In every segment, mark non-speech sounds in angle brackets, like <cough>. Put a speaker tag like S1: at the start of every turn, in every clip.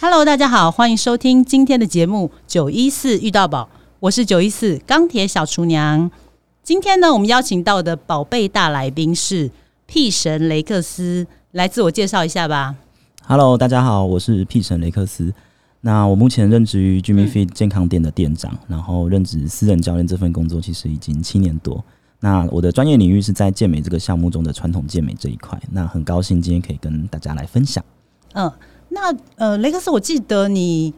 S1: Hello，大家好，欢迎收听今天的节目《九一四遇到宝》，我是九一四钢铁小厨娘。今天呢，我们邀请到的宝贝大来宾是屁神雷克斯，来自我介绍一下吧。
S2: Hello，大家好，我是 P 神雷克斯。那我目前任职于
S1: 嗯
S2: Jimmy Feed 健康店的店长，然后任职私人教练这份工作其实已经七年多。那我的专业领域是在健美这个项目中的传统健美这一块。那很高兴今天可以跟大家来分享。
S1: 嗯，那呃，雷克斯，我记得你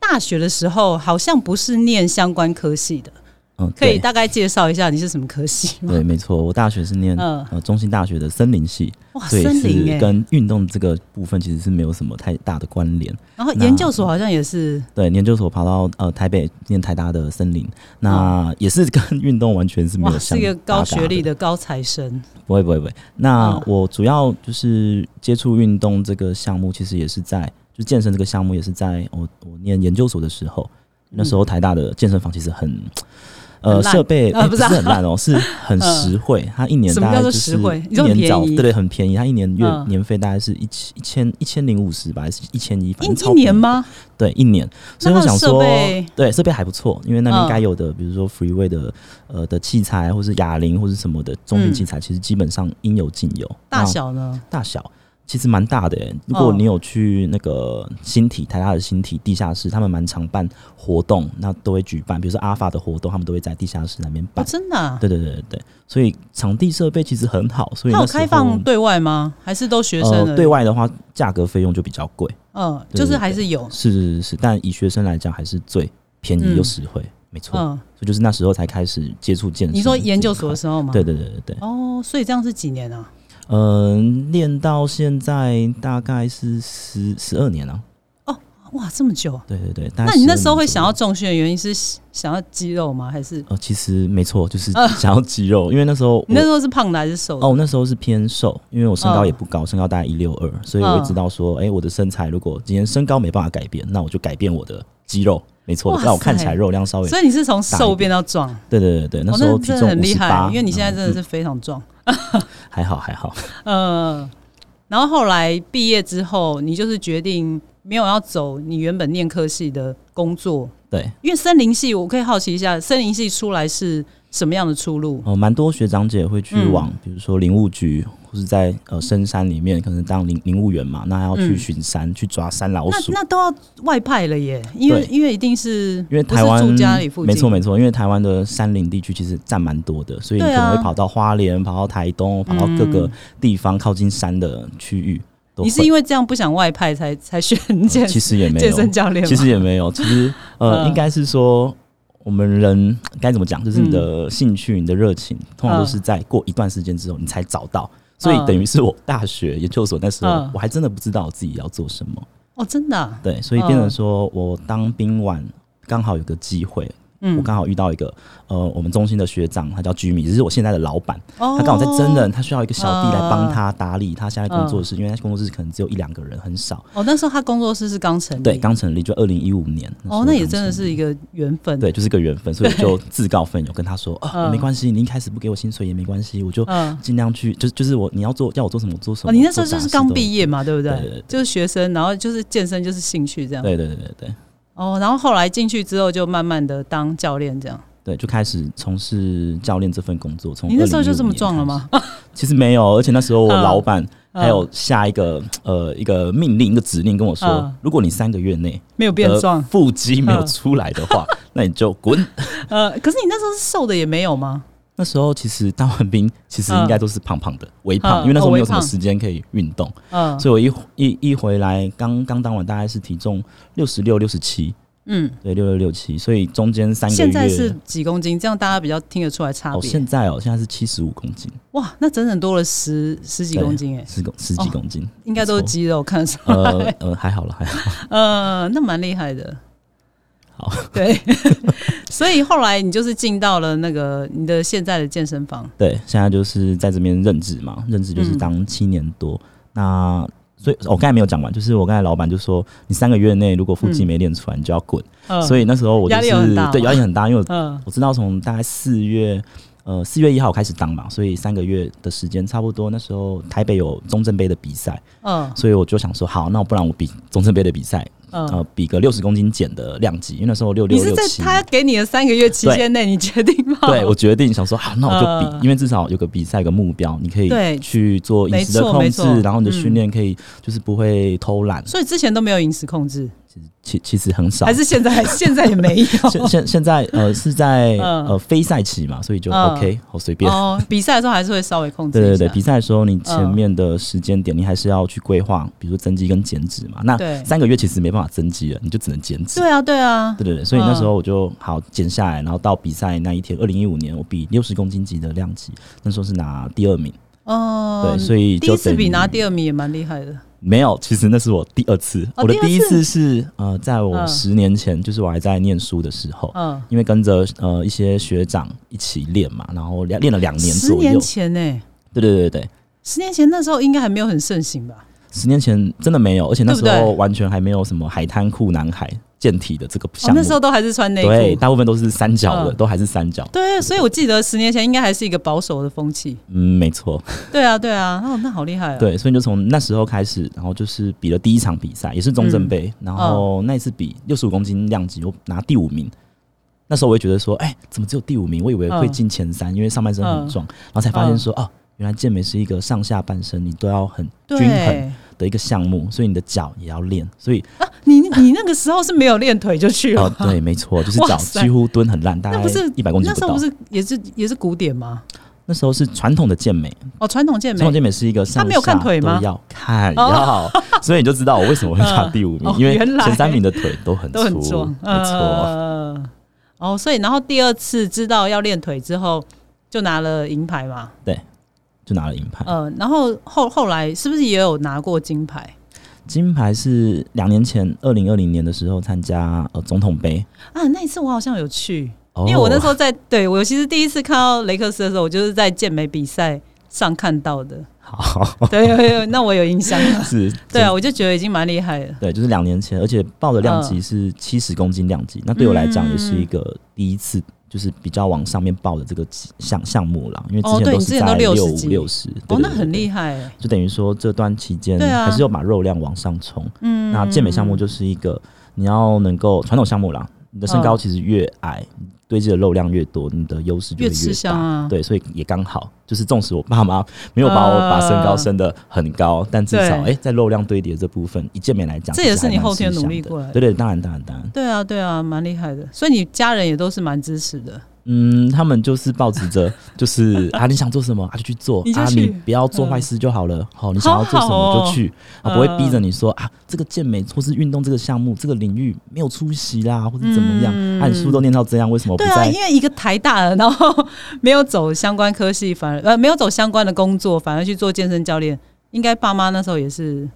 S1: 大学的时候好像不是念相关科系的，
S2: 嗯，
S1: 可以
S2: 对
S1: 大概介绍一下你是什么科
S2: <laughs>
S1: 系吗？
S2: 对，没错，我大学是念、
S1: 嗯
S2: 呃中兴大学的森林系，
S1: 哇，
S2: 所以
S1: 森林
S2: 是
S1: 哎，
S2: 跟运动这个部分其实是没有什么太大的关联。
S1: 然后
S2: 那
S1: 研究所好像也是，
S2: 对，研究所跑到呃台北念台大的森林，那也是跟运动完全是没
S1: 嗯哇，
S2: 有
S1: 是
S2: 相
S1: 一个
S2: 搭
S1: 高
S2: 嘎
S1: 学历的高材生。
S2: 不会不会不会。那
S1: 嗯
S2: 我主要就是接触运动这个项目，其实也是在就健身这个项目，也是在我我念研究所的时候，那时候台大的健身房其实很。
S1: 嗯
S2: 呃，
S1: 很烂
S2: 设备、
S1: 呃
S2: 哎
S1: 不
S2: 不
S1: 是
S2: 是
S1: 啊
S2: 很烂
S1: <laughs>
S2: 哦，是很实惠。它一年
S1: 什么
S2: 大概
S1: 叫做
S2: 就是
S1: 实惠你
S2: 一
S1: 说很
S2: 年缴
S1: 便宜
S2: 对对很便宜，它一年月
S1: 嗯
S2: 年费大概是一千一千一千零五十吧，还是一千一？
S1: 一
S2: 反正超
S1: 一
S2: 便宜
S1: 年？吗？
S2: 对，一年。所以
S1: 那
S2: 我
S1: 它的
S2: 想
S1: 设
S2: 说
S1: 备，
S2: 对设备还不错，因为那边
S1: 嗯
S2: 该有的，比如说 freeway 的呃的器材，或是哑铃，或是什么的中
S1: 嗯
S2: 性器材，其实基本上应有尽有。
S1: 大
S2: 那
S1: 小呢？
S2: 大小其实蛮大的、欸，如果
S1: 哦
S2: 你有去那个新体台大的新体地下室，他们蛮常办活动，那都会举办，比如说阿法的活动，他们都会在地下室那边
S1: 哦，
S2: 办。
S1: 真的啊、
S2: 对对对对对，所以场地设备其实很好，所以
S1: 它有
S2: 那时候
S1: 开放对外吗？还是都学生而已
S2: 呃对，外的话，价格费用就比较贵。
S1: 嗯，
S2: 对
S1: 就是还是有，
S2: 是是是是，但以学生来讲还是最便宜又实惠，没错。
S1: 嗯，
S2: 所以就是那时候才开始接触健身。
S1: 你说研究所的？时候吗？
S2: 对，对对对对，
S1: 哦，所以这样是几年啊？
S2: 嗯、练到现在大概是十十二年了、
S1: 哇，这么久。啊
S2: 对对对，大概
S1: 那你那
S2: 12
S1: 时候会
S2: 年左
S1: 想
S2: 右
S1: 要重训的原因是想要肌肉吗？还是
S2: 呃，其实没错，就是
S1: 呃
S2: 想要肌肉，因为那时候我
S1: 你那时候是胖的还是瘦的？
S2: 哦，我那时候是偏瘦，因为我身
S1: 嗯
S2: 高也不高，身高大概一六二，所以我会知道说，哎、我的身材如果今天身高没办法改变，那我就改变我的肌肉，没错
S1: 哇，
S2: 让我看起
S1: 塞
S2: 来肉量稍微，
S1: 所以你是从
S2: 大一
S1: 瘦
S2: 点
S1: 变到壮，
S2: 对对对对，那
S1: 哦
S2: 时候体
S1: 真的
S2: 重
S1: 很
S2: 五
S1: 厉
S2: 十
S1: 害
S2: 八，，
S1: 因为你现在
S2: 嗯
S1: 真的是非常壮。
S2: 还好还好， <laughs> 嗯
S1: 呃，然后后来毕业之后，你就是决定没有要走你原本念科系的工作，
S2: 对，
S1: 因为森林系，我可以好奇一下，森林系出来是什么样的出路？
S2: 哦，蛮多学长姐会去
S1: 嗯
S2: 往，比如说林务局，或是在呃深山里面，可能当林林务员嘛，那还要去
S1: 嗯
S2: 巡山，去抓山老
S1: 那
S2: 鼠。
S1: 那都要外派了耶，因为
S2: 对
S1: 因为一定是
S2: 因为
S1: 不
S2: 台湾
S1: 是住家里附近，
S2: 没错没错，因为台湾的山林地区其实占蛮多的，所以你可
S1: 对啊嗯
S2: 能会跑到花莲、跑到台东、跑到各个地方靠近山的区域都会。
S1: 你是因为这样不想外派才才选健、
S2: 呃其实也没
S1: 健
S2: 有，
S1: 身 <laughs> 教练吗？
S2: 其实也
S1: <laughs>
S2: 没有，其实呃，
S1: 嗯
S2: 应该是说。我们人该怎么讲？就是
S1: 嗯
S2: 你的兴趣、你的热情，通常都是在过一段时间之后，你才找到。所以
S1: 嗯
S2: 等于是我大学研究所那时候
S1: 嗯，
S2: 我还真的不知道我自己要做什么。
S1: 哦，真的啊、
S2: 对，所以变成
S1: 嗯
S2: 说我当兵完，刚好有个机会，我
S1: 嗯，
S2: 刚好遇到一个呃，我们中心的学长，他叫 Jimmy，也是我现在的老板。
S1: 哦
S2: 他刚好在真人，他需要一个小弟来
S1: 嗯
S2: 帮他打理他现在工作室，因为他工作室可能只有一两个人，很少。
S1: 哦，那时候他工作室是刚成立，
S2: 对，刚成立就二零一五年。时候
S1: 嗯哦，那也
S2: 刚
S1: 真的
S2: 成
S1: 是一个缘分，
S2: 立对，就是个缘分，所以我就自告奋勇跟他说啊，
S1: 嗯
S2: 没关系，你一开始不给我薪水也没关系，我就
S1: 嗯。
S2: 尽量去，就就是我你要做要我做什么我做什
S1: 哦，
S2: 么。
S1: 你那时候
S2: 做
S1: 就
S2: 啥
S1: 是
S2: 事
S1: 刚
S2: 都
S1: 毕业嘛，对不对？
S2: 对对对
S1: 就是学生，然后就是健身，就是兴趣这样。
S2: 对对对对对
S1: 哦，然后后来进去之后，就慢慢的当教练这样。
S2: 对，就开始从事教练这份工作。从
S1: 你那时候就
S2: 2015
S1: 这么
S2: 年
S1: 壮了
S2: 开
S1: 吗？
S2: 始？其实没有，而且那时候我
S1: 嗯
S2: 老板
S1: 嗯
S2: 还有下一个呃一个命令一个指令跟我说，
S1: 嗯
S2: 如果你三个月内
S1: 没有变
S2: 的
S1: 壮，嗯
S2: 腹肌没有出来的
S1: <laughs>
S2: 话，那你就滚。
S1: 呃，可是你那时候是瘦的也没有吗？
S2: 那时候其实当完兵，其实应该都是胖胖的，微
S1: 嗯
S2: 胖，因为那时
S1: 哦
S2: 候没
S1: 微
S2: 有什么
S1: 胖
S2: 时间可以运动，
S1: 嗯
S2: 所以我一一一回来，刚刚当完大概是体重六十六、六十七，
S1: 嗯，
S2: 对，六六六七，所以中间三个月。
S1: 现在是几公斤？这样大家比较听得出来差
S2: 哦，
S1: 别。
S2: 现在哦，现在是七十五公斤，
S1: 哇，那整整多了十十几
S2: 对
S1: 公斤哎、
S2: 十公十
S1: 哦
S2: 几公斤，
S1: 应该都是
S2: 没错
S1: 肌肉，看得出来。
S2: 呃呃，还好了，还好。
S1: <laughs> 呃，那蛮厉害的。
S2: 好，
S1: 对， <laughs> 所以后来你就是进到了那个你的现在的健身房。
S2: 对，现在就是在这边任职嘛，任职就是
S1: 嗯
S2: 当七年多。那所以，哦我刚才没有讲完，就是我刚才老板就说，你三个月内如果腹肌
S1: 嗯
S2: 没练出来，你就要滚。
S1: 嗯、
S2: 所以那时候我就
S1: 压力
S2: 是
S1: 有很大吗
S2: 对压力很大，因为我
S1: 嗯，
S2: 我知道从大概四月。呃，四月一号开始当嘛，所以三个月的时间差不多。那时候台北有中正杯的比赛，
S1: 嗯
S2: 所以我就想说，好，那不然我比中正杯的比赛，
S1: 嗯
S2: 呃比个六十公斤减的量级，因为那时候六
S1: 你
S2: 六
S1: 是
S2: 六
S1: 在
S2: 七。
S1: 他给你的三个月期间内，你决定报？
S2: 对，我决定想说，好，那我就比，
S1: 嗯
S2: 因为至少有个比赛有个目标，你可
S1: 对
S2: 以去做饮食的
S1: 没错没
S2: 控
S1: 错
S2: 制，然后你的
S1: 嗯
S2: 训练可以就是不会偷懒，
S1: 所以之前都没有饮食控制，
S2: 其其实很少
S1: 还。是现在现在也没
S2: <laughs> 现
S1: 有。
S2: 现现在呃是在
S1: 嗯
S2: 呃非赛期嘛，所以就
S1: 嗯
S2: OK，好随便。
S1: 哦，比赛的时候还是会稍微控制
S2: 对
S1: 一下。
S2: 对对，比赛的时候你前
S1: 嗯
S2: 面的时间点，你还是要去规划，比如说增肌跟减脂嘛。那
S1: 对
S2: 三个月其实没办法增肌了，你就只能减脂。
S1: 对啊，对啊，
S2: 对对对，所以那时候我就好减下来，然后到比赛那一天，二零一五年我比六十公斤级的量级，那时候是拿第二名。
S1: 哦，
S2: 对，所以
S1: 第一
S2: 就
S1: 次
S2: 等于
S1: 比拿第二名也蛮厉害的。
S2: 没有，其实那是我第二次。
S1: 哦
S2: 我的
S1: 第二次
S2: 第一次是呃，在我
S1: 嗯
S2: 十年前，就是我还在念书的时候，
S1: 嗯，
S2: 因为跟着呃一些学长一起练嘛，然后练练了两年
S1: 十
S2: 左
S1: 年
S2: 右。
S1: 前呢、
S2: 对对对对，
S1: 十年前那时候应该还没有很盛行吧？
S2: 十年前真的没有，而且那时
S1: 对不
S2: 候
S1: 对
S2: 完全还没有什么海滩裤男孩健体的这个
S1: 哦
S2: 项，目。
S1: 那时候都还是穿内
S2: 对，
S1: 裤。
S2: 大部分都是三角的，
S1: 嗯
S2: 都还是三角。
S1: 对，所以我记得十年前应该还是一个保守的风气。
S2: 嗯，没错。
S1: 对啊，对啊，哦，那好厉害啊！，
S2: 对，所以就从那时候开始，然后就是比了第一场比赛，也是中正杯，
S1: 嗯
S2: 然后那一次比六十五公斤量级，我拿第五名。那时候我也觉得说，哎、怎么只有第五名？我以为会进前
S1: 嗯
S2: 三，因为上半身很壮，然后才发现说，哦，原来健美是一个上下半身你都要很均衡
S1: 对
S2: 的一个项目，所以你的脚也要练。所以，
S1: 啊，你你那个时候是没有练腿就去了
S2: 哦
S1: 吗，，
S2: 对，没错，就是
S1: 哇
S2: 脚
S1: 塞
S2: 几乎蹲很烂，大
S1: 那
S2: 概
S1: 不是
S2: 一百公斤
S1: 那
S2: 不
S1: 时候
S2: 到
S1: 不。是也是也是古典吗？
S2: 那时候是传统的健美，
S1: 哦，传统健
S2: 传统
S1: 美。
S2: 健美是一个上
S1: 他没有看
S2: 下
S1: 腿
S2: 都
S1: 吗
S2: 要
S1: <laughs>
S2: 看，
S1: 哦
S2: 要，所以你就知道我为什么会拿第五名，
S1: 嗯
S2: 因为
S1: 哦原来
S2: 前三名的腿都很粗，
S1: 都
S2: 啊
S1: 很壮，嗯
S2: 没错，
S1: 呃哦，所以然后第二次知道要练腿之后，就拿了银牌嘛。
S2: 就拿了银牌。
S1: 呃，然后后后来是不是也有拿过金牌
S2: 金牌是两年前，二零二零年的时候参加呃总统杯，
S1: 啊？那一次我好像有去，
S2: 哦
S1: 因为我那时候在对我其实第一次看到雷克斯的时候，我就是在健美比赛上看到的。
S2: 好
S1: <laughs> 对，有有那我有印象
S2: <laughs>
S1: 了。
S2: 是，
S1: 对啊，我就觉得已经蛮厉害了。
S2: 对，就是两年前，而且报的
S1: 嗯
S2: 量级是七十公斤量级，那对我来讲也是一个第一次。就是比较往上面报的这个项项目啦，因为之
S1: 哦
S2: 前
S1: 对
S2: 都
S1: 你之
S2: 是
S1: 前都
S2: 在
S1: 60
S2: 六五
S1: 几
S2: 六十，
S1: 哦，那很
S2: 害。对
S1: 厉害、欸。
S2: 就等于说这段期间
S1: 对啊
S2: 还是要把肉量往上冲。
S1: 嗯
S2: 那健美项目就是一个你要能够传统项目啦，你的身高其实越矮，你堆积的肉量越多，你的优势就
S1: 越
S2: 会
S1: 吃
S2: 越
S1: 香
S2: 大。
S1: 啊。
S2: 对，所以也刚好，就是纵使我爸妈没有把我
S1: 呃
S2: 把身高升得很高，但至少哎、
S1: 对
S2: 诶在肉量堆叠这部分，以健美来讲，
S1: 这也
S2: 其实
S1: 是你
S2: 还蛮
S1: 后天
S2: 吃
S1: 努
S2: 香
S1: 力
S2: 的
S1: 过来的
S2: 对对，当然当然当然，
S1: 对啊，对啊，蛮厉害的。所以你家人也都是蛮支持的。
S2: 嗯，他们就是抱
S1: <laughs>
S2: 持着就是啊，你想做什么啊就去做
S1: 你就
S2: 啊，
S1: 去嗯
S2: 你不要做坏事就好了。好、你想要做什
S1: 好好
S2: 么
S1: 哦
S2: 就去，啊，不会逼着你说啊，这个健美或是运动这个项目这个领域没有出息啦，或者怎么样。啊，你书都念到这样，为什么
S1: 嗯
S2: 不
S1: 对啊，
S2: 在？
S1: 因为一个台大的，然后 <laughs> 没有走相关科系，反而呃没有走相关的工作，反而去做健身教练，应该爸妈那时候也是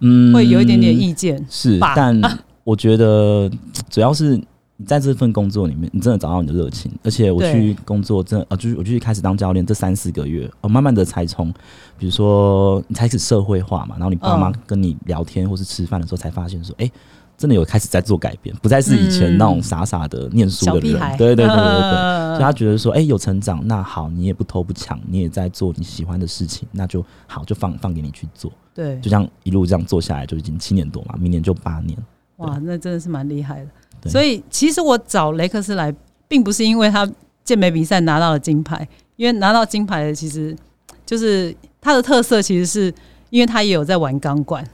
S2: 嗯
S1: 会有一点点意见。
S2: 是，
S1: 吧
S2: 但我觉得主要是你在这份工作里面，你真的找到你的热情。而且我
S1: 对
S2: 去工作真的，呃，就是我去开始当教练这三四个月，我、慢慢的才从，比如说你开始社会化嘛，然后你爸妈
S1: 嗯
S2: 跟你聊天或是吃饭的时候，才发现说，哎、真的有开始在做改变，不再是以前
S1: 嗯
S2: 那种傻傻的念书
S1: 小
S2: 的
S1: 屁
S2: 人。
S1: 孩，
S2: 对对对对
S1: <laughs>
S2: 对对。
S1: 呃
S2: 所以他觉得说，哎、有成长，那好，你也不偷不抢，你也在做你喜欢的事情，那就好，就放放给你去做。
S1: 对
S2: 就，这样一路这样做下来，就已经七年多嘛，明年就八年。
S1: 哇，那真的是蛮厉害的。
S2: 对
S1: 所以其实我找雷克斯来，并不是因为他健美比赛拿到了金牌，因为拿到金牌的其实就是他的特色，其实是因为他也有在玩钢管。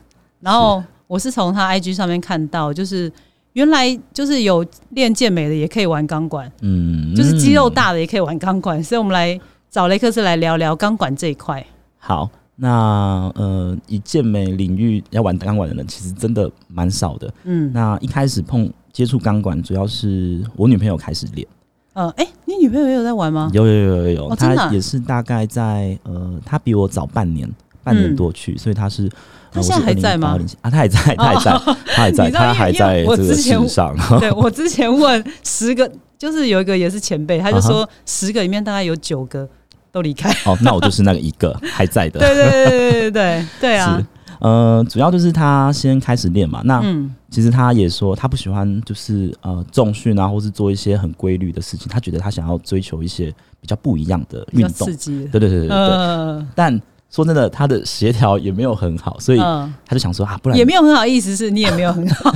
S1: 然后我是从他 IG 上面看到，就是原来就是有练健美的也可以玩钢管，
S2: 嗯，
S1: 就是肌肉大的也可以玩钢管，所以我们来找雷克斯来聊聊钢管这一块。
S2: 好，那呃，以健美领域要玩钢管的人，其实真的蛮少的。
S1: 嗯，
S2: 那一开始碰接触钢管，主要是我女朋友开始练，
S1: 呃，哎、你女朋友也有在玩吗？
S2: 有有有有有，
S1: 哦真的啊
S2: 她也是大概在呃，她比我早半年。半年多去，所以她是，
S1: 嗯她现在还在吗哦
S2: 呃？我是2018啊，她还在，她还在，她还在，
S1: <laughs> 你知道因为
S2: 她还在
S1: 因为我
S2: 这个
S1: 之前
S2: 世上。
S1: <laughs>
S2: <laughs>
S1: 对我之前问十个，就是有一个也是前辈，他
S2: 啊
S1: 就说十个里面大概有九个都离
S2: <laughs>
S1: 开。
S2: 哦，那我就是那个一个还在的。
S1: 对对对对对对对啊
S2: 是！，啊呃，主要就是她先开始练嘛。那
S1: 嗯，
S2: 其实他也说，他不喜欢就是呃重训啊，或是做一些很规律的事情。他觉得他想要追求一些比较不一样的
S1: 比
S2: 运
S1: 较
S2: 动
S1: 刺。激。
S2: 对对对对对。
S1: 呃，
S2: 但说真的，他的协调也没有很好，所以
S1: 嗯，
S2: 他就想说啊，不然
S1: 也没有很好意思，是你也没有很
S2: <laughs>
S1: 好，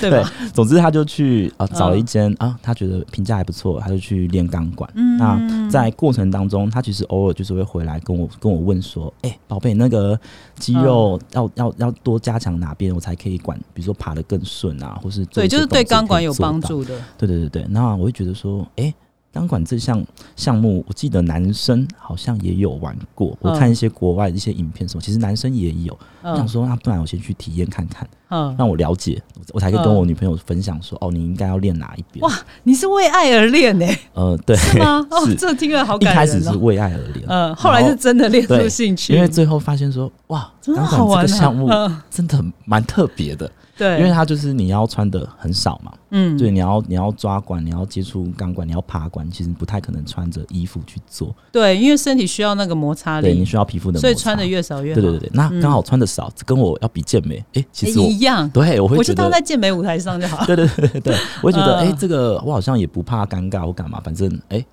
S1: 对吧？
S2: 总之，他就去啊找了一间、啊，他觉得评价还不错，他就去练钢管。
S1: 嗯
S2: 那在过程当中，他其实偶尔就是会回来跟我跟我问说：“哎、宝贝，那个肌
S1: 嗯
S2: 肉要、要要多加强哪边，我才可以管，比如说爬得更顺啊，或是做
S1: 对，
S2: 一些
S1: 就是对
S2: 动作
S1: 钢管有
S2: 可以做
S1: 帮
S2: 到。
S1: 助的，”
S2: 对对对对，那我会觉得说：“哎、钢管这项项目，我记得男生好像也有玩过。我
S1: 嗯
S2: 看一些国外的一些影片什么，其实男生也有。我想
S1: 嗯
S2: 说，那啊不然我先去体验看看。
S1: 嗯，
S2: 让我了解，我我才可以跟
S1: 嗯
S2: 我女朋友分享说，哦，你应该要练哪一边。
S1: 哇你是为爱而练呢、
S2: 呃， <laughs> 对，
S1: 是
S2: <laughs>
S1: 吗？哦，
S2: 是
S1: 这听了好
S2: 一
S1: 感
S2: 开始
S1: 人
S2: 是
S1: 哦。
S2: 为爱而练，
S1: 嗯，后来
S2: 然
S1: 是
S2: 后
S1: 真的练出
S2: 对
S1: 兴趣，
S2: 因为最后发现说，哇，
S1: 真的
S2: 钢
S1: 好
S2: 管
S1: 玩
S2: 这个项目
S1: 啊！嗯
S2: 真的蛮特别的，
S1: 对，
S2: 因为它就是你要穿的很少嘛，
S1: 嗯，
S2: 对，你要你要抓管，你要接触钢管，你要爬管，其实不太可能穿着衣服去做，
S1: 对，因为身体需要那个摩擦
S2: 对你
S1: 力，
S2: 需要皮肤的摩擦，
S1: 所以穿的越少越
S2: 对
S1: 好。嗯哎
S2: 对对对，那刚好穿的少，跟我要比健美，诶，其实我
S1: 一样，
S2: 对我会
S1: 我
S2: 觉
S1: 就
S2: 得
S1: 当在健美舞台上就好。
S2: <laughs> 对对对对对，我会觉得
S1: 嗯
S2: 哎、诶这个我好像也不怕尴尬，我干嘛？反正哎、诶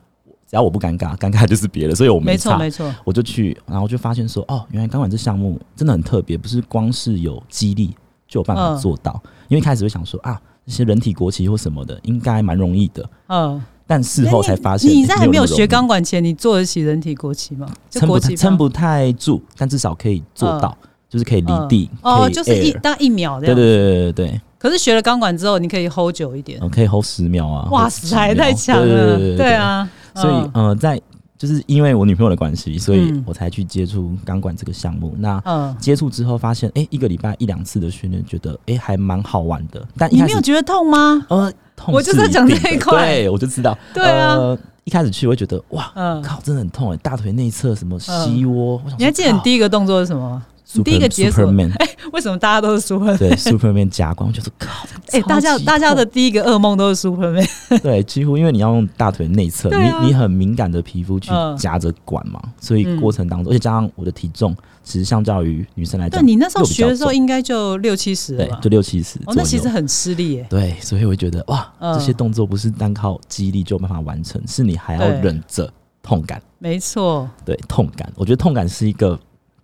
S2: 只要我不尴尬，尴尬就是别的，所以我
S1: 没错
S2: 差。
S1: 没
S2: <laughs>
S1: 错，
S2: 我就去，然后就发现说，哦，原来钢管这项目真的很特别，不是光是有激励就有办法
S1: 嗯
S2: 做到。因为一开始会想说啊，那些人体国旗或什么的，应该蛮容易的。
S1: 嗯，
S2: 但事后才发现，
S1: 你
S2: 诶
S1: 你在还没
S2: 没
S1: 有
S2: 那么容
S1: 学
S2: 易
S1: 钢管前，你做得起人体国旗吗？就
S2: 撑
S1: 国
S2: 不
S1: 旗
S2: 太
S1: 吗
S2: 撑不太住，但至少可以做到，就是可以离
S1: 嗯
S2: 地，
S1: 哦，
S2: 可以
S1: 就是一
S2: air
S1: 当一秒这
S2: 对对
S1: 样。
S2: 对对对对，
S1: 可是学了钢管之后，你可以 hold 久一点。
S2: 嗯可以 hold 十秒啊，
S1: 哇
S2: hold 几
S1: 塞，还
S2: 秒
S1: 太强
S2: 对对
S1: 了！
S2: 对对对
S1: 对啊，
S2: 所以
S1: 嗯
S2: 呃，在就是因为我女朋友的关系，所以
S1: 嗯
S2: 我才去接触钢管这个项目。那
S1: 嗯，
S2: 接触之后发现，哎、一个礼拜一两次的训练，觉得哎、诶还蛮好玩的。但一
S1: 你
S2: 开
S1: 没
S2: 始
S1: 有觉得痛吗？
S2: 呃，痛
S1: 我就是在讲
S2: 定
S1: 这一
S2: 的
S1: 块
S2: 对我就知道，
S1: <laughs> 对啊
S2: 呃，一开始去我会觉得哇。
S1: 嗯，
S2: 靠，真的很痛哎、大腿内侧什么膝窝，我想
S1: 你还记得你
S2: 一
S1: 第一个动作是什么吗？你第一个解锁
S2: Superman
S1: 为什么大家都是 Superman？
S2: 对 Superman 夹光，我就说靠，
S1: <laughs> 哎、大家
S2: 超级
S1: 大家
S2: 痛
S1: 的第一个噩梦都是 Superman。
S2: <laughs> 对，几乎因为你要用大腿内侧，
S1: 对啊
S2: 你你很敏感的皮肤去
S1: 嗯
S2: 夹着管嘛，所以
S1: 嗯
S2: 过程当中，而且加上我的体重，其实相较于女生来
S1: 对
S2: 讲，
S1: 你那时候
S2: 又比较
S1: 学的时候，
S2: 重
S1: 应该就六七十了
S2: 对
S1: 吧？
S2: 就六七十
S1: 哦，
S2: 左右。
S1: 那其实很吃力耶。
S2: 对，所以我觉得哇，
S1: 嗯
S2: 这些动作不是单靠肌力就有办法完成，是你还要
S1: 对
S2: 忍着痛感。
S1: 没错，
S2: 对，痛感，我觉得痛感是一个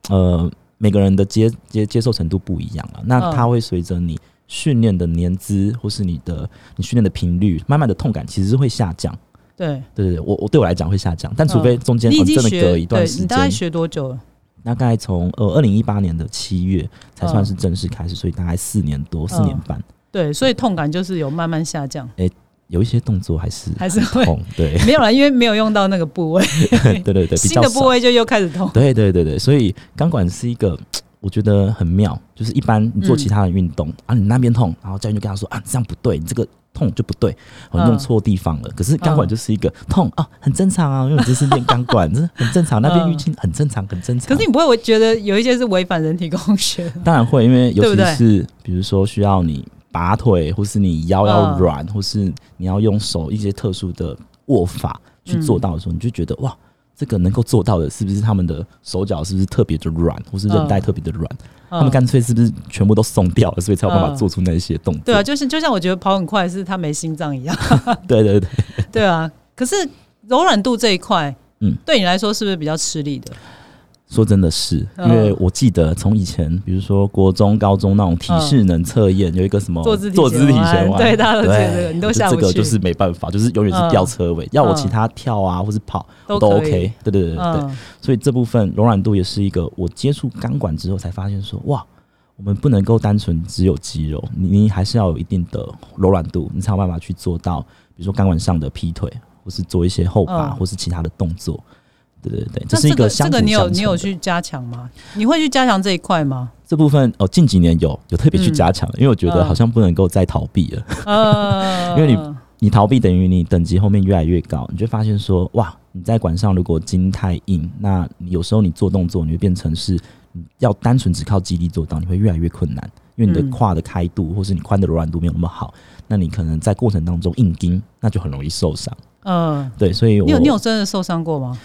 S2: 呃，每个人的接接接受程度不一样了。那
S1: 嗯
S2: 它会随着你训练的年资，或是你的你训练的频率，慢慢的痛感其实是会下降。
S1: 对，
S2: 对对对，我我对我来讲会下降，但除
S1: 嗯
S2: 非中间、
S1: 你已
S2: 哦、
S1: 经
S2: 真的
S1: 学，
S2: 隔一段
S1: 对
S2: 时
S1: 你大概
S2: 间，
S1: 学多久了？
S2: 大概从呃二零一八年的七月才算
S1: 嗯
S2: 是正式开始，所以大概四年多、四年半，
S1: 对，所以痛感就是有慢慢下
S2: <laughs>
S1: 降，
S2: 有一些动作还是
S1: 还是会 <laughs>
S2: 很痛，对
S1: 没有啦，因为没有用到那个部位，
S2: 对对对，比
S1: 新
S2: 较
S1: 的部
S2: 少，
S1: 位就又开始
S2: <laughs>
S1: 痛。
S2: 对对对对，所以钢管是一个。我觉得很妙，就是一般你做
S1: 嗯
S2: 其他的运动、啊，你那边痛，然后教练就跟他说啊，你这样不对，你这个痛就不对，哦、
S1: 嗯
S2: 你弄错地方了。可是钢管
S1: 嗯
S2: 就是一个痛啊，很正常啊，因为你这是练钢管， <laughs> 这很正常，那边
S1: 嗯
S2: 淤青很正常，很正常。
S1: 可是你不会觉得有一些是违反人体工学的？
S2: 当然会，因为尤
S1: 对不
S2: 其
S1: 对
S2: 是比如说需要你拔腿，或是你腰要
S1: 嗯
S2: 软，或是你要用手一些特殊的握法去做到的
S1: 嗯
S2: 时候，你就觉得哇，这个能够做到的，是不是他们的手脚是不是特别的软，或是韧带
S1: 嗯
S2: 特别的软？
S1: 嗯
S2: <laughs> 他们干脆是不是全部都松掉了，所以才有办法
S1: 嗯
S2: 做出那些动作？
S1: 对啊，就是就像我觉得跑很快是他没心脏一样，
S2: <laughs> 对对对，
S1: 对啊。可是柔软度这一块，嗯
S2: 嗯，
S1: 对你来说是不是比较吃力的？
S2: 说真的是，
S1: 嗯
S2: 因为我记得从以前，比如说国中、高中那种体适能测验，有一个什么
S1: 坐姿体
S2: 坐姿
S1: 前
S2: 体
S1: 弯
S2: 前弯，
S1: 对大家都记得这个
S2: 对
S1: 你都
S2: 我觉得
S1: 下不
S2: 这
S1: 去
S2: 个
S1: 嗯
S2: 就是没办法，就是永远是吊车尾，要我其他跳啊或是跑
S1: 都
S2: 我
S1: 可以
S2: OK，对对对对对，
S1: 嗯，
S2: 所以这部分柔软度也是一个我接触钢管之后才发现说，哇，我们不能够单纯只有肌肉，你你还是要有一定的柔软度，你才有办法去做到，比如说钢管上的劈腿，或是做一些后拔，
S1: 嗯
S2: 或是其他的动作。对对对，
S1: 那
S2: 是一
S1: 个
S2: 相
S1: 这
S2: 辅
S1: 个
S2: 相
S1: 你有
S2: 成
S1: 你有
S2: 的
S1: 去加强吗？你会去加强这一块吗？
S2: 这部分哦，近几年有有特别去加强，因为我觉得
S1: 嗯
S2: 好像不能够再逃避了。 <laughs>
S1: 呃，
S2: 因为你逃避等于你等级后面越来越高，你就发现说，哇，你在管上如果筋太硬，那你有时候你做动作，你会变成是你要单纯只靠肌力做到，你会越来越困难，因为你
S1: 嗯
S2: 的胯的开度或是你髋的柔软度没有那么好，那你可能在过程当中硬筋，那就很容易受伤。
S1: 嗯，
S2: 对，所以我
S1: 你有你有真的受伤过吗？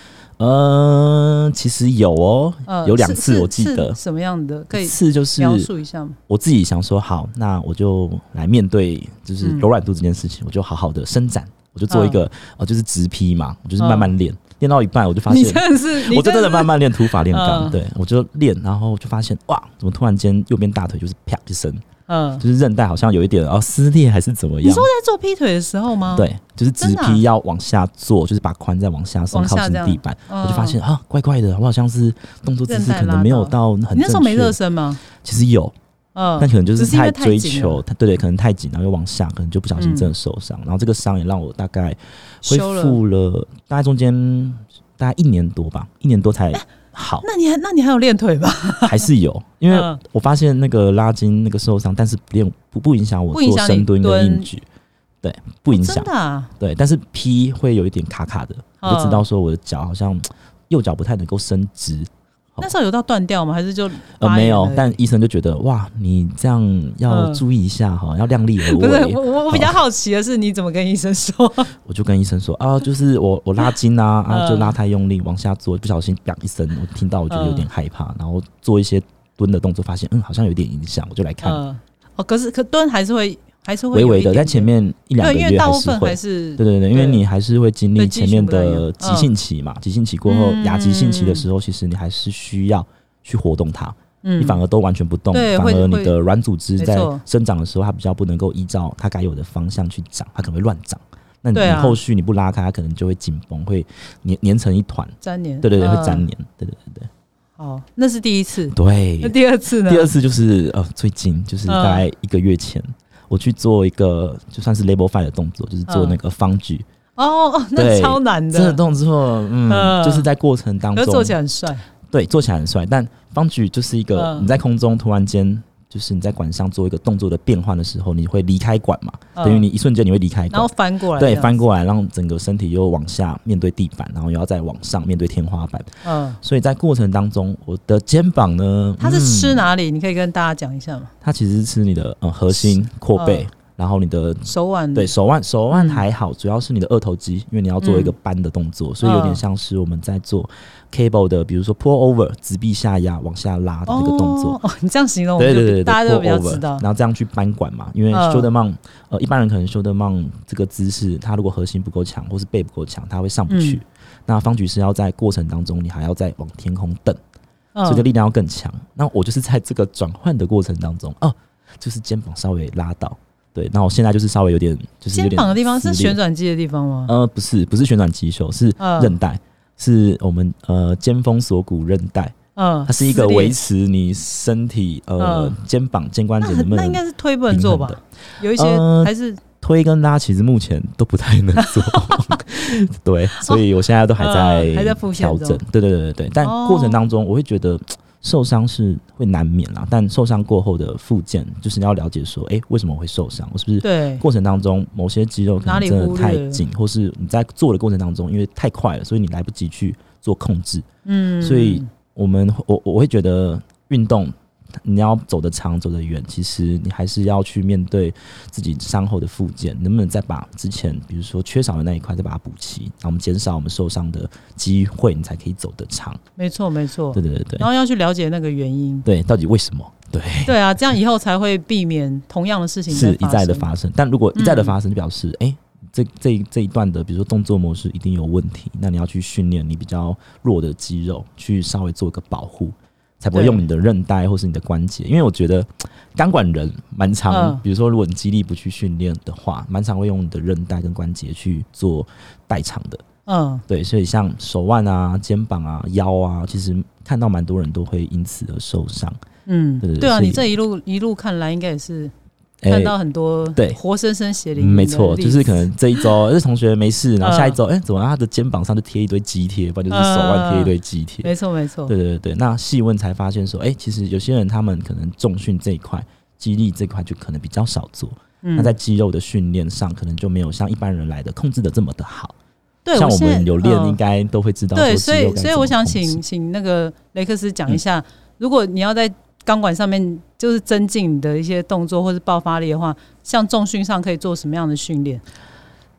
S2: 嗯、其实有哦，
S1: 呃，
S2: 有两
S1: 是
S2: 次
S1: 是
S2: 我记
S1: 是
S2: 得。
S1: 什么样的可
S2: 一
S1: 以
S2: 次就是
S1: 描述一下吗？
S2: 我自己想说，好，那我就来面对就是
S1: 嗯
S2: 呃柔软度这件事情，我就好好的伸展，我就做一个、哦，就是直劈嘛，我就是慢慢练。练到一半，我就发
S1: 嗯你
S2: 现
S1: 真的是，你
S2: 我真的
S1: 是
S2: 慢慢练土法炼钢，
S1: 嗯
S2: 对我就练，然后就发现哇，怎么突然间右边大腿就是啪一声，
S1: 嗯，
S2: 就是韧带好像有一点哦撕裂还是怎么
S1: 你
S2: 样
S1: 说？在做劈腿的时候吗？，
S2: 对，就是直
S1: 真的啊
S2: 劈要往下做，就是把髋再往下送，
S1: 往下
S2: 靠近
S1: 这样
S2: 地板，
S1: 嗯
S2: 我就发现啊，怪怪的，我好像是动作姿
S1: 韧
S2: 势
S1: 带
S2: 可能
S1: 拉
S2: 没有
S1: 到
S2: 到很
S1: 啊你那时候
S2: 正
S1: 没
S2: 确
S1: 热身吗？
S2: 其实有，
S1: 嗯，
S2: 但可能就
S1: 只是因为
S2: 太
S1: 太
S2: 追
S1: 紧
S2: 求，
S1: 了
S2: 太对对，可能太紧，然后又往下，可能就不小心真的受伤，然后这个伤也让我大概恢
S1: 修嗯了。
S2: 复了，大概中间大概一年多吧，一年多才
S1: <laughs>
S2: 好，
S1: 那你还那你还有练腿吧？
S2: 还是有，因为
S1: 嗯
S2: 我发现那个拉筋那个受伤，但是不练不不影响我
S1: 不影
S2: 做
S1: 响你
S2: 深蹲跟
S1: 蹲
S2: 硬举，对，不影响
S1: 真，的啊，
S2: 对，但是劈会有一点卡卡的，我就知
S1: 嗯
S2: 道说我的脚好像右脚不太能够伸直，
S1: 那时候有到断掉吗？还是就
S2: 呃，
S1: 拉
S2: 没
S1: 远
S2: 有
S1: 而已，
S2: 但医生就觉得哇，你这样要
S1: 嗯
S2: 注意一下哈，要量力而
S1: <laughs> 不是
S2: 为。
S1: 我我我比较好奇的是，你怎么跟医生说？
S2: 我就跟医生说
S1: <laughs>
S2: 啊，就是我我拉筋啊啊，
S1: 嗯
S2: 就拉太用力，往下做，不小心啪一声，我听到我觉得有点害怕，然后做一些蹲的动作，发现嗯好像有点影响，我就来看，
S1: 嗯，哦，可是可蹲还是会还是会
S2: 微
S1: 有一
S2: 微的，
S1: 点
S2: 在
S1: 点
S2: 前面一两个
S1: 对，因为
S2: 月
S1: 大
S2: 还
S1: 部
S2: 是
S1: 分还
S2: 会。
S1: 是
S2: 对对对，因为
S1: 对
S2: 你还是会经历
S1: 对肌
S2: 前面
S1: 群不太一样
S2: 的急
S1: 嗯
S2: 性期嘛，急性期过后
S1: 嗯
S2: 亚急性期的时候，其实你还是需要去活动它，
S1: 嗯
S2: 你反而都完全不动，
S1: 对
S2: 反
S1: 会
S2: 而你
S1: 会
S2: 的软组织
S1: 没
S2: 在
S1: 错
S2: 生长的时候，它比较不能够依照它该有的方向去长，它可能会乱长。那你
S1: 对啊
S2: 你后续你不拉开，它可能就会紧绷，会粘粘成一团。
S1: 粘连，
S2: 对对对，会
S1: 嗯
S2: 粘。连。对对对
S1: 哦，那是第一次，
S2: 对
S1: 那
S2: 对。
S1: 第二次呢？
S2: 嗯第二次就是呃，最近就
S1: 嗯
S2: 是大概一个月前，我去做一个就算是 label five 的动作，就是做
S1: 嗯
S2: 那个方举。
S1: 哦哦，那
S2: 对
S1: 超难
S2: 这个
S1: 的，
S2: 动作，嗯，
S1: 嗯
S2: 就是在过程当
S1: 可是
S2: 中
S1: 做起来很帅，
S2: 对，做起来很帅，但方举就是一个
S1: 嗯
S2: 你在空中突然间，就是你在管上做一个动作的变换的时候，你会离开管嘛？
S1: 嗯
S2: 等于你一瞬间你会离开
S1: 然
S2: 管
S1: 后，翻过来，
S2: 对，翻，过来，让整个身体又往下面对地板，然后又要再往上面对天花板。
S1: 嗯，
S2: 所以在过程当中，我的肩膀呢，
S1: 它是吃
S2: 嗯？
S1: 哪里？你可以跟大家讲一下吗？
S2: 它其实是吃你的呃核心、阔背，
S1: 嗯
S2: 然后你的
S1: 手腕
S2: 对，手腕，手腕
S1: 嗯
S2: 还好，主要是你的二头肌，因为你要做一个扳的动作，所以有
S1: 嗯
S2: 点像是我们在做 cable 的，比如说 pull over 直臂下压往下拉的那个动作。
S1: 哦，哦你这样形容，
S2: 对对
S1: 我
S2: 对
S1: 们
S2: 对，
S1: 就大家都
S2: pull
S1: 比较
S2: over，
S1: 知道
S2: 然，后这样去扳管嘛，因为
S1: 嗯
S2: shoulder mount，、呃，一般人可能 shoulder mount 这个姿势，它如果核心不够强，或是背不够强，它会上不去。
S1: 嗯
S2: 那方举是要在过程当中，你还要再往天空蹬，
S1: 嗯
S2: 所以这力量要更强。那我就是在这个转换的过程当中，哦，就是肩膀稍微拉到，对，那我现在就是稍微有点，就是有
S1: 肩
S2: 点
S1: 膀的地方是
S2: 撕裂
S1: 旋转肌的地方吗？
S2: 呃，不是，不是旋转肌袖，是
S1: 嗯
S2: 韧带，是我们呃肩峰锁骨韧带，
S1: 嗯，
S2: 它是一个
S1: 撕裂
S2: 维持你身体呃、
S1: 嗯
S2: 肩膀肩关
S1: 那
S2: 节能
S1: 很
S2: 不
S1: 那应
S2: 能
S1: 该是推不能做吧
S2: 平？
S1: 有一些
S2: 呃
S1: 还是
S2: 推跟拉，其实目前都不太能
S1: <laughs>
S2: 做。对，所以我现在都还在、
S1: 嗯还在复健
S2: 调
S1: 中
S2: 整。对对对对对，但
S1: 哦
S2: 过程当中我会觉得。受伤是会难免啦，但受伤过后的复健，就是你要了解说，诶，为什么我会受伤？我是不是
S1: 对，
S2: 过程当中，某些肌肉可
S1: 哪
S2: 能
S1: 里
S2: 真的
S1: 忽
S2: 太
S1: 略了
S2: 紧，或是你在做的过程当中，因为太快了，所以你来不及去做控制。
S1: 嗯，
S2: 所以我们我我会觉得运动，你要走得长，走得远，其实你还是要去面对自己伤后的复健，能不能再把之前比如说缺少的那一块再把它补齐，然后我们减少我们受伤的机会，你才可以走得长。
S1: 没错没错
S2: 对，对对对
S1: 然后要去了解那个原因。
S2: 对，到底为什么？对。
S1: 对啊，这样以后才会避免同样的事情
S2: 是一再的
S1: 生。嗯
S2: 发生。但如果一再的发生，就表示哎、诶这这一这一段的，比如说动作模式一定有问题，那你要去训练你比较弱的肌肉，去稍微做一个保护，才不会
S1: 对
S2: 用你的韧带或是你的关节。因为我觉得钢管人蛮常，
S1: 嗯
S2: 比如说如果你肌力不去训练的话，蛮常会用你的韧带跟关节去做代偿的。
S1: 嗯，
S2: 对，所以像手腕啊、肩膀啊、腰啊，其实看到蛮多人都会因此而受伤。
S1: 嗯
S2: 对对，对
S1: 对啊，
S2: 所以
S1: 你这一路一路看来，应该也是
S2: 诶
S1: 看到很多
S2: 对
S1: 活生生血淋
S2: 嗯
S1: 淋的
S2: 没
S1: 例子。
S2: 错，就是可能这一
S1: <laughs>
S2: 周这同学没事，然
S1: 嗯
S2: 后下一周哎、怎么他的肩膀上就贴一堆肌贴，不然就是手腕贴一堆肌贴。
S1: 没错没错
S2: 对。对对对，那细问才发现说，哎、其实有些人他们可能重训这一块、肌力这块就可能比较少做，那
S1: 嗯
S2: 在肌肉的训练上可能就没有像一般人来的控制的这么的好。
S1: 对，
S2: 像我
S1: 现在
S2: 们有练，
S1: 嗯
S2: 应该都会知道说
S1: 对，
S2: 肌
S1: 所
S2: 肉
S1: 以
S2: 该
S1: 所以
S2: 怎
S1: 我
S2: 么
S1: 想
S2: 控制嗯
S1: 请请那个雷克斯讲一下，如果你要在钢管上面就是增进你的一些动作或是爆发力的话，像重训上可以做什么样的训练？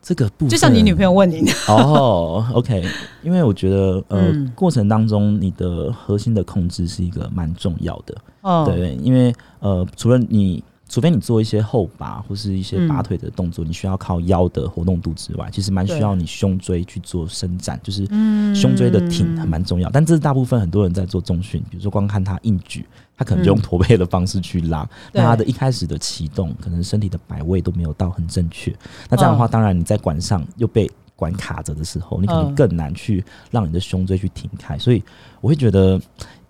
S2: 这个部分，
S1: 就像你女朋友问你，
S2: 哦、o k 因为我觉得呃，
S1: 嗯
S2: 过程当中你的核心的控制是一个蛮重要的。
S1: 哦，
S2: 对，因为呃，除了你除非你做一些后拔或是一些拔腿的动作，你需要靠腰的活动度之外，其实蛮需要你胸椎去做伸展，就是胸椎的挺还蛮重要。但这是大部分很多人在做重训，比如说光看他硬举，他可能就用驼背的方式去拉，那他的一开始的启动，可能身体的摆位都没有到很正确。那这样的话，
S1: 哦
S2: 当然你在管上又被管卡着的时候，你可能
S1: 嗯
S2: 更难去让你的胸椎去挺开。所以我会觉得。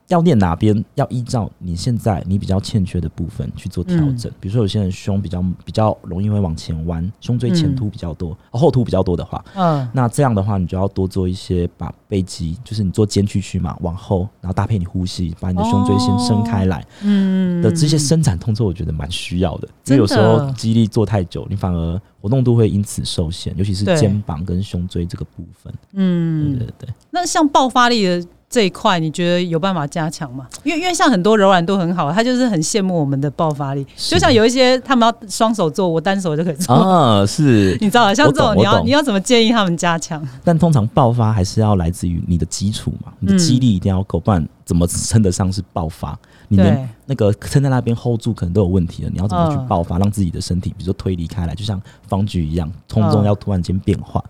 S2: 要练哪边，要依照你现在你比较欠缺的部分去做调整。比如说，有些人胸比较比较容易会往前弯，胸椎前凸比较多，呃后凸比较多的话，
S1: 嗯
S2: 那这样的话，你就要多做一些把背肌，就是你做肩屈曲嘛，往后，然后搭配你呼吸，把你的胸椎先伸开来
S1: 嗯
S2: 的这些伸展动作，我觉得蛮需要的。因
S1: 真的
S2: 为有时候肌力做太久，你反而活动度会因此受限，尤其是
S1: 对
S2: 肩膀跟胸椎这个部分。对
S1: 嗯
S2: 对，对。
S1: 那像爆发力的这一块，你觉得有办法加强吗？因为因为像很多柔软度很好，他就是很羡慕我们的爆发力。
S2: 是
S1: 就像有一些他们要双手做，我单手就可以做。
S2: 啊，是，
S1: <laughs> 你知道，像这种
S2: 我懂
S1: 你
S2: 我
S1: 要
S2: 懂
S1: 你要怎么建议他们加强？
S2: 但通常爆发还是要来自于你的基础嘛，
S1: 嗯
S2: 你的肌力一定要够，不然怎么称得上是爆发？你连
S1: 对，
S2: 那个撑在那边 hold 住可能都有问题了，你要怎么
S1: 嗯
S2: 去爆发，让自己的身体，比如说推离开来，就像方局一样，空
S1: 嗯
S2: 中要突然间变化，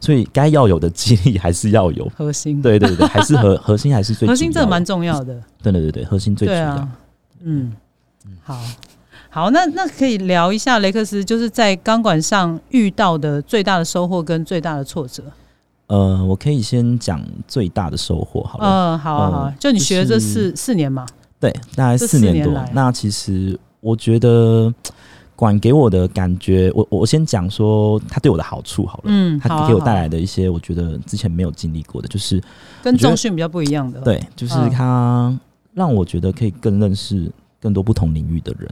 S2: 所以该要有的肌力还是要有。
S1: 核心，
S2: 对对对，还是核 <laughs> 核心还是最
S1: 核心
S2: 主
S1: 这
S2: 要
S1: 个
S2: 的
S1: 蛮重要的。
S2: 对对对对，核心最主
S1: 对
S2: 要。
S1: 啊，嗯，好。好，那那可以聊一下雷克斯就是在钢管上遇到的最大的收获跟最大的挫折。
S2: 呃，我可以先讲最大的收获好了。
S1: 嗯、好啊，好啊
S2: 嗯，
S1: 就你学了这
S2: 就是
S1: 四四年嘛，
S2: 对，大概
S1: 这
S2: 四
S1: 四
S2: 年
S1: 年
S2: 多。
S1: 来
S2: 那其实我觉得管给我的感觉，我我我先讲说他对我的好处好了。
S1: 嗯，好
S2: 他
S1: 啊
S2: 给我
S1: 好啊啊
S2: 带来的一些，我觉得之前没有经历过的，就是
S1: 跟
S2: 我觉得
S1: 重训比较不一样的，，
S2: 对，就是
S1: 嗯
S2: 他让我觉得可以更认识更多不同领域的人。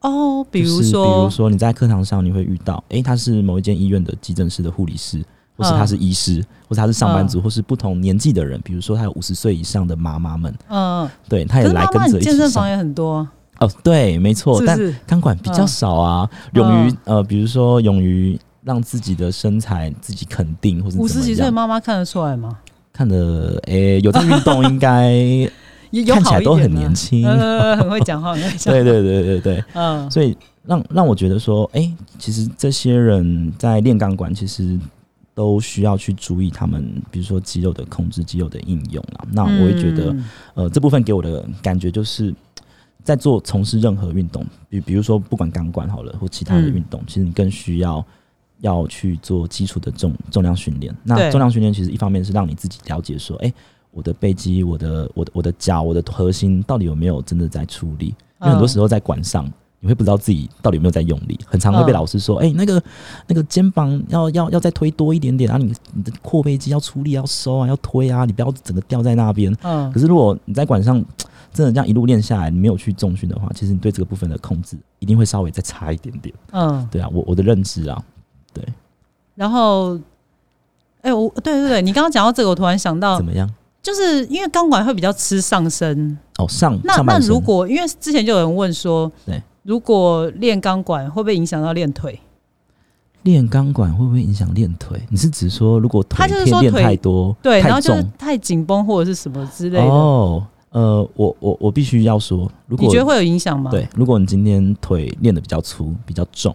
S1: 哦，比如
S2: 就是比
S1: 说
S2: 如，说你在课堂上你会遇到，诶，他是某一间医院的急诊室的护理师，或是
S1: 嗯
S2: 他是医师，或是他是上班族，或是不同年纪的人，比如说他有五十岁以上的妈妈们，
S1: 嗯，
S2: 对，他
S1: 可
S2: 也
S1: 是
S2: 来
S1: 妈
S2: 跟
S1: 妈你
S2: 着一
S1: 健
S2: 起
S1: 身房
S2: 上。
S1: 也很多啊，
S2: 哦，对，没错，
S1: 是不
S2: 但
S1: 是？
S2: 钢管比较少啊，
S1: 嗯
S2: 勇于
S1: 嗯
S2: 呃，比如说勇于让自己的身材自己肯定，或是
S1: 五
S2: 怎
S1: 十
S2: 么
S1: 几岁的
S2: 样，
S1: 妈妈看得出来吗？
S2: 看着诶、有在运动应该
S1: 也 <laughs> 有
S2: 看起
S1: 好
S2: 来
S1: 一
S2: 都很
S1: 点
S2: 年
S1: 呢，
S2: 轻。
S1: <laughs> 呃，很会讲话，很会讲话
S2: <laughs> 对，对对对对，
S1: 嗯
S2: 所以让让我觉得说，哎、其实这些人在练钢管，其实都需要去注意他们，比如说肌肉的控制、肌肉的应用啦。那我会觉得，
S1: 嗯
S2: 呃，这部分给我的感觉就是，在做从事任何运动，比比如说不管钢管好了，或其他的
S1: 嗯
S2: 运动，其实你更需要。要去做基础的重重量训练。
S1: 对
S2: 那重量训练其实一方面是让你自己了解说，哎、我的背肌、我的、我的、我的脚、我的核心到底有没有真的在出力？因
S1: 嗯
S2: 为很多时候在管上，你会不知道自己到底有没有在用力，很常会被
S1: 嗯
S2: 老师说：“哎、那个那个肩膀要要要再推多一点点，然啊后你你的阔背肌要出力，要收啊，要推啊，你不要整个掉在那边。”
S1: 嗯
S2: 可是如果你在管上真的这样一路练下来，你没有去重训的话，其实你对这个部分的控制一定会稍微再差一点点。
S1: 嗯，
S2: 对啊，我我的认知啊，
S1: 然后。哎、我对对
S2: <laughs>
S1: 对，你刚刚讲到这个，我突然想到
S2: 怎，么样？
S1: 就是因为钢管会比较吃上身，
S2: 哦，上
S1: 那
S2: 上
S1: 那
S2: 半身
S1: 如果因为之前就有人问说，
S2: 对，
S1: 如果练钢管会不会影响到练腿？
S2: 练钢管会不会影响练腿？你是指说如果腿
S1: 他就是
S2: 片
S1: 说
S2: 练
S1: 腿
S2: 太多、
S1: 对，然
S2: 太
S1: 后就是
S2: 重
S1: 太紧绷或者是什么之类的，
S2: 哦，呃，我我我必须要说，如果
S1: 你觉得会有影响吗？，
S2: 对，如果你今天腿练得比较粗、比较重，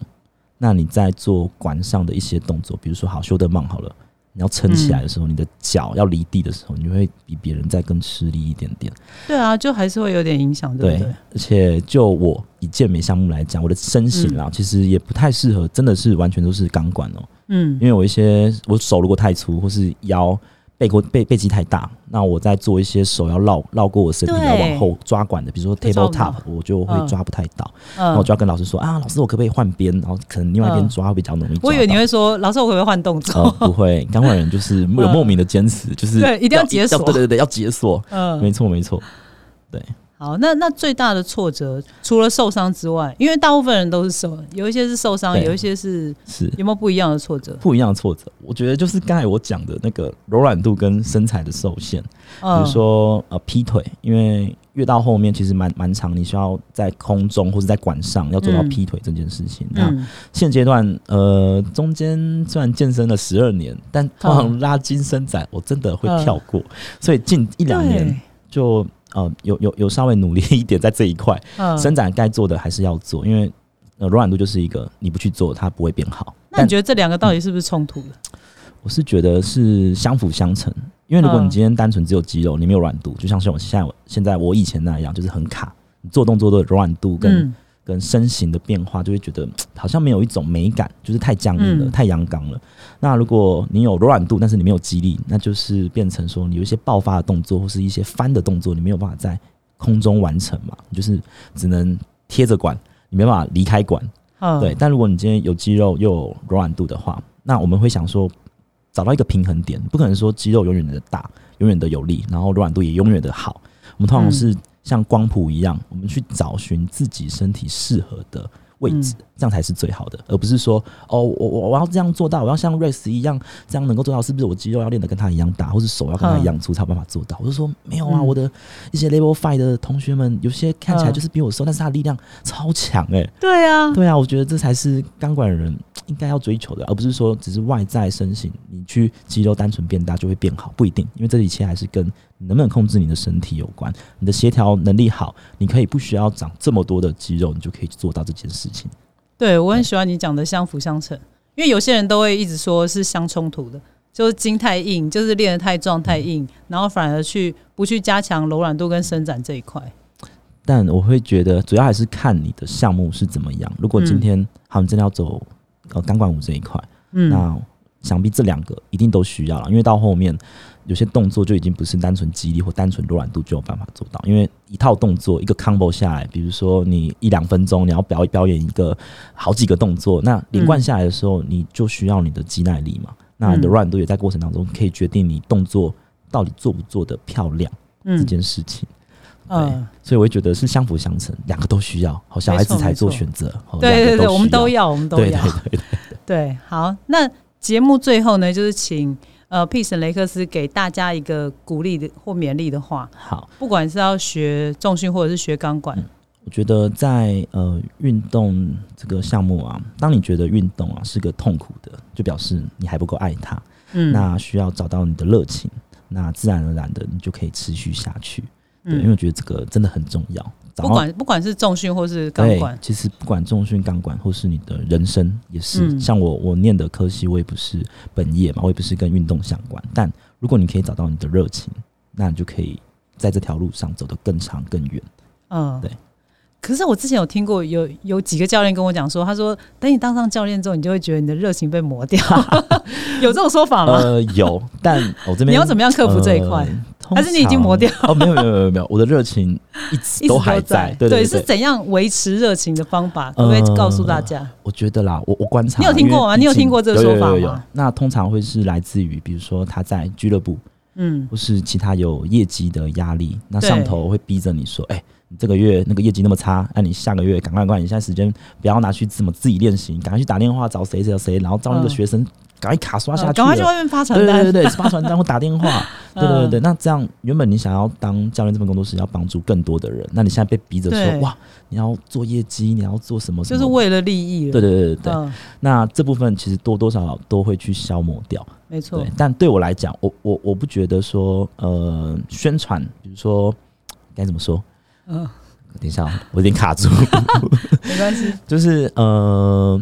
S2: 那你在做管上的一些动作，比如说好修德曼好了，你要撑
S1: 嗯
S2: 起来的时候，你的脚要离地的时候，你会比别人再更吃力一点点。
S1: 对啊，就还是会有点影响，对不对？
S2: 而且就我以健美项目来讲，我的身形啦，其实也不太适合，真的是完全都是钢管哦、
S1: 嗯
S2: 因为我一些我手如果太粗，或是腰背过背背肌太大，那我在做一些手要绕绕过我身体
S1: 对
S2: 要往后抓管的，比如说
S1: 会抓
S2: table
S1: 不到
S2: top，我就会
S1: 嗯
S2: 抓不太到，然
S1: 嗯
S2: 后我就要跟老师说啊，老师我可不可以换边？然后可能另外一边抓会比较容易抓到。
S1: 我以为你会说，老师，我可不可以换动
S2: <laughs> 呃
S1: 作？
S2: 不会，钢管
S1: <laughs>
S2: 人就是有莫名的坚持，就是
S1: 嗯对一定要解锁
S2: 对对对，要解锁，没
S1: 嗯，
S2: 错没错。
S1: 好，那那最大的挫折除了受伤之外，因为大部分人都是受，有一些是受伤，
S2: 对
S1: 有一些是
S2: 是
S1: 有没有不一样的挫折？
S2: 不一样的挫折，我觉得就是刚才我讲的那个柔软度跟身材的受限。
S1: 嗯，
S2: 比如说呃劈腿，因为越到后面其实蛮蛮长，你需要在空中或者在管上要做到
S1: 嗯
S2: 劈腿这件事情。那
S1: 嗯，
S2: 现阶段呃中间虽然健身了十二年，但通常拉筋伸展我真的会跳过，所以近一两年
S1: 嗯对，
S2: 就呃有有有稍微努力一点在这一块，
S1: 嗯，
S2: 伸展该做的还是要做，因为呃柔软度就是一个你不去做它不会变好。
S1: 那
S2: 但
S1: 你觉得这两个到底是不是冲突的？
S2: 我是觉得是相辅相成，因为如果你今天单纯只有肌肉，你没有软度，就像是我现在我现在我以前那样，就是很卡，你做动作的柔软度跟、
S1: 嗯
S2: 跟身形的变化，就会觉得嘖好像没有一种美感，就是太僵硬了，
S1: 嗯
S2: 太阳刚了。那如果你有柔软度，但是你没有肌力，那就是变成说你有一些爆发的动作或是一些翻的动作，你没有办法在空中完成嘛，你就是只能贴着管，你没办法离开管。
S1: 嗯，
S2: 对，但如果你今天有肌肉又有柔软度的话，那我们会想说，找到一个平衡点，不可能说肌肉永远的大，永远的有力，然后柔软度也永远的好。我们通常
S1: 嗯
S2: 是像光谱一样，我们去找寻自己身体适合的位置，这样才是最好的，而不是说哦，我我我要这样做到，我要像 Rex 一样这样能够做到，是不是我肌肉要练得跟他一样大，或是手要跟他一样粗才有办法做到？我就说没有啊，
S1: 嗯
S2: 我的一些 Level Five 的同学们，有些看起来
S1: 嗯
S2: 就是比我瘦，但是他的力量超强欸诶、
S1: 对啊，
S2: 对啊，我觉得这才是钢管人应该要追求的，而不是说只是外在身形，你去肌肉单纯变大就会变好，不一定，因为这一切还是跟你能不能控制你的身体有关。你的协调能力好，你可以不需要长这么多的肌肉，你就可以做到这件事情。
S1: 对我很喜欢你讲的相辅相成，因为有些人都会一直说是相冲突的，就是筋太硬，就是练得太壮太硬，然后反而去不去加强柔软度跟伸展这一块。
S2: 但我会觉得，主要还是看你的项目是怎么样。如果今天、好，你真的要走呃钢管舞这一块，
S1: 嗯，
S2: 那想必这两个一定都需要了，因为到后面有些动作就已经不是单纯肌力或单纯柔软度就有办法做到，因为一套动作一个 combo 下来，比如说你一两分钟你要表表演一个好几个动作，那连贯下来的时候，你就需要你的肌耐力嘛，那你的
S1: 嗯
S2: 柔软度也在过程当中可以决定你动作到底做不做得漂亮这
S1: 嗯
S2: 件事情。
S1: 嗯，
S2: 所以我会觉得是相辅相成，两个都需要。好，小
S1: 没
S2: 孩子
S1: 错
S2: 才
S1: 没
S2: 做
S1: 错
S2: 选择。好两
S1: 对
S2: 个
S1: 对对，我们
S2: 需要
S1: 都要，我们都
S2: 对
S1: 要。
S2: 对对
S1: 对，好，那节目最后呢，就是请呃 p e a 雷克斯给大家一个鼓励的或勉励的话，
S2: 好。
S1: 不管是要学重训或者是学钢管，
S2: 我觉得在呃运动这个项目啊，当你觉得运动啊是个痛苦的，就表示你还不够爱它。
S1: 嗯，
S2: 那需要找到你的热情，那自然而然的你就可以持续下去。对，因
S1: 嗯，
S2: 为我觉得这个真的很重要。找
S1: 不
S2: 到
S1: 管不管是重训或是钢
S2: 对，
S1: 管，
S2: 其实不管重训、钢管，或是你的人生，也是、
S1: 嗯
S2: 像我我念的科系，我也不是本业嘛，我也不是跟运动相关。但如果你可以找到你的热情，那你就可以在这条路上走得更长更远。
S1: 嗯，
S2: 对。
S1: 可是我之前有听过有有几个教练跟我讲说，他说等你当上教练之后，你就会觉得你的热情被磨
S2: <laughs>
S1: 掉，有这种说法吗？
S2: 呃，有，但我这边
S1: 你要怎么样克服这一块？
S2: 呃
S1: 还是你已经磨掉？
S2: 通常哦，没有没有没有没有，我的热情一
S1: <laughs>
S2: 直
S1: 一直
S2: 都
S1: 都
S2: 还在。对
S1: 对，
S2: 对
S1: 是
S2: 对，
S1: 怎样维持热情的方法？可不可以告诉大家？
S2: 我觉得啦，我我观察，
S1: 你有听过
S2: 因为
S1: 吗
S2: 毕
S1: 你有
S2: 竟
S1: 听过这个说法
S2: 有有有有
S1: 吗
S2: 那通常会是来自于，比如说他在俱乐部
S1: 嗯
S2: 或是其他有业绩的压力，那
S1: 对
S2: 上头会逼着你说，哎、你这个月那个业绩那么差，那、你下个月赶快赶快，你现在时间不要拿去怎么自己练习，赶快去打电话找谁谁谁，然后找那个
S1: 嗯
S2: 学生赶快卡刷
S1: 呃
S2: 下去
S1: 赶
S2: 了，
S1: 快去外面发传
S2: 对
S1: 单。
S2: 对对对，发传单或打电话，对对
S1: 嗯
S2: 对，那这样原本你想要当教练这份工作室要帮助更多的人，那你现在被逼着
S1: 对
S2: 说哇，你要做业绩，你要做什么什
S1: 就
S2: 么，
S1: 是为了利益了。
S2: 对对对对对。
S1: 嗯，
S2: 那这部分其实多多少少都会去消磨掉，
S1: 没错
S2: 对。。但对我来讲，我我我不觉得说呃宣传，比如说该怎么说？
S1: 嗯，
S2: 等一下哦，我有点
S1: <laughs>
S2: 卡住，
S1: 没关系。
S2: 就是呃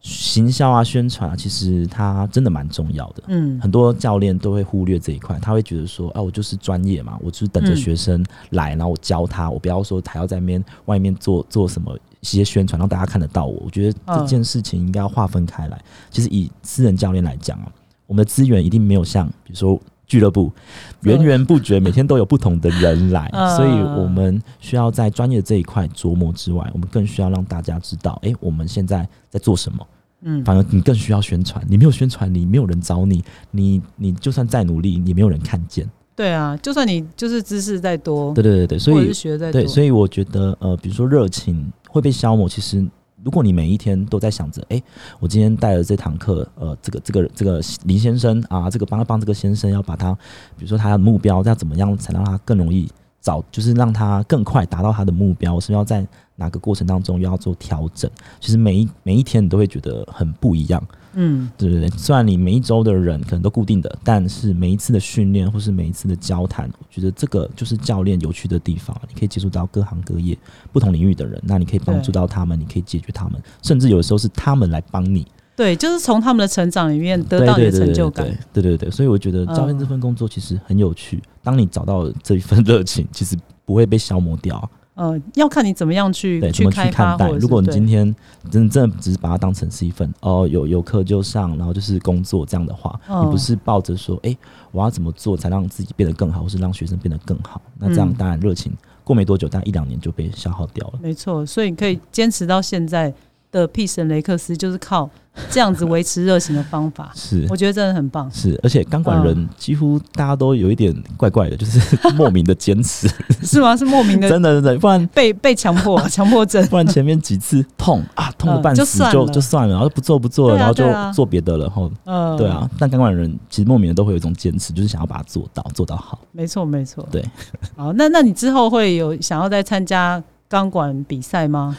S2: 行销啊、宣传啊，其实它真的蛮重要的。
S1: 嗯
S2: 很多教练都会忽略这一块，他会觉得说啊，我就是专业嘛，我就是等着
S1: 嗯
S2: 学生来，然后我教他，我不要说还要在那边外面做做什么一些宣传，让大家看得到我。我觉得这
S1: 嗯
S2: 件事情应该要划分开来。其实以私人教练来讲啊，我们的资源一定没有像比如说。俱乐部
S1: 嗯
S2: 源源不绝，每天都有不同的人来，
S1: 嗯
S2: 所以我们需要在专业这一块琢磨之外，我们更需要让大家知道，诶，我们现在在做什么，
S1: 嗯
S2: 反而你更需要宣传。你没有宣传，你没有人找你，你你就算再努力，也没有人看见。
S1: 对啊，就算你就是知识再多，
S2: 对对对对，所
S1: 或者是
S2: 以
S1: 学得再
S2: 对，
S1: 多，
S2: 所以我觉得呃，比如说热情会被消磨，其实。如果你每一天都在想着，诶，我今天带了这堂课，呃，这个这个这个林先生啊，这个帮帮这个先生要把他，比如说他的目标要怎么样才让他更容易找，就是让他更快达到他的目标，我是要在哪个过程当中又要做调整？其实每一每一天你都会觉得很不一样，
S1: 嗯
S2: 对对对，虽然你每一周的人可能都固定的，但是每一次的训练或是每一次的交谈，我觉得这个就是教练有趣的地方。你可以接触到各行各业、不同领域的人，那你可以帮助到他们，你可以解决
S1: 嗯
S2: 他们，甚至有的时候是他们来帮你
S1: 对，就是从他们的成长里面得
S2: 对
S1: 到你
S2: 对
S1: 的
S2: 对
S1: 成
S2: 对
S1: 就感。
S2: 对对对对，所以我觉得教练
S1: 嗯
S2: 这份工作其实很有趣。当你找到这一份热情，其实不会被消磨掉。
S1: 呃，要看你怎么样去
S2: 对，怎么去
S1: 开发，
S2: 看待
S1: 或？者是
S2: 如果你
S1: 对
S2: 今天真的真的只是把它当成是一份哦，有有课就上，然后就是工作这样的话，
S1: 嗯
S2: 你不是抱着说，哎、我要怎么做才让自己变得更好，或是让学生变得更好？那这样
S1: 嗯
S2: 当然热情、过没多久，大概一两年就被消耗掉了。，
S1: 没错，所以你可以坚持到现在的屁神雷克斯，就是靠这样子维持热情的方法
S2: <laughs> 是
S1: 我嗯觉得真的很棒。 <laughs>
S2: 是，而且钢管人几乎大家都有一点怪怪的，就是 <laughs> 莫名的坚
S1: <laughs>
S2: 持，
S1: 是吗？是莫名的
S2: 真的真的，不然。
S1: 被被强
S2: <laughs>
S1: 迫、啊，强迫症。
S2: 不然前面几次痛啊，痛的
S1: 嗯
S2: 半
S1: 就
S2: 死，
S1: 算
S2: 就
S1: 了
S2: 就算了，然后不做不做了，
S1: 对啊
S2: 然后
S1: 对啊
S2: 就做别的了，然后
S1: 呃，
S2: 对，啊，但钢管人其实莫名的都会有一种坚持，就是想要把它做到，做到好。
S1: 没错没错。
S2: 对，
S1: <laughs> 好，那那你之后会有想要再参加钢管比赛
S2: <laughs>
S1: 吗？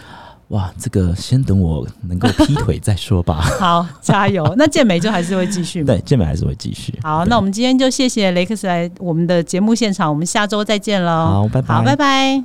S2: 哇，这个先等我能够劈腿再
S1: <laughs>
S2: 说吧。
S1: 好，加油！那健美就还是会继续吗？
S2: 对，健美还是会继续。
S1: 好，
S2: 对
S1: 那我们今天就谢谢雷克斯来我们的节目现场，我们下周再见喽。
S2: 好，拜拜，
S1: 好，拜拜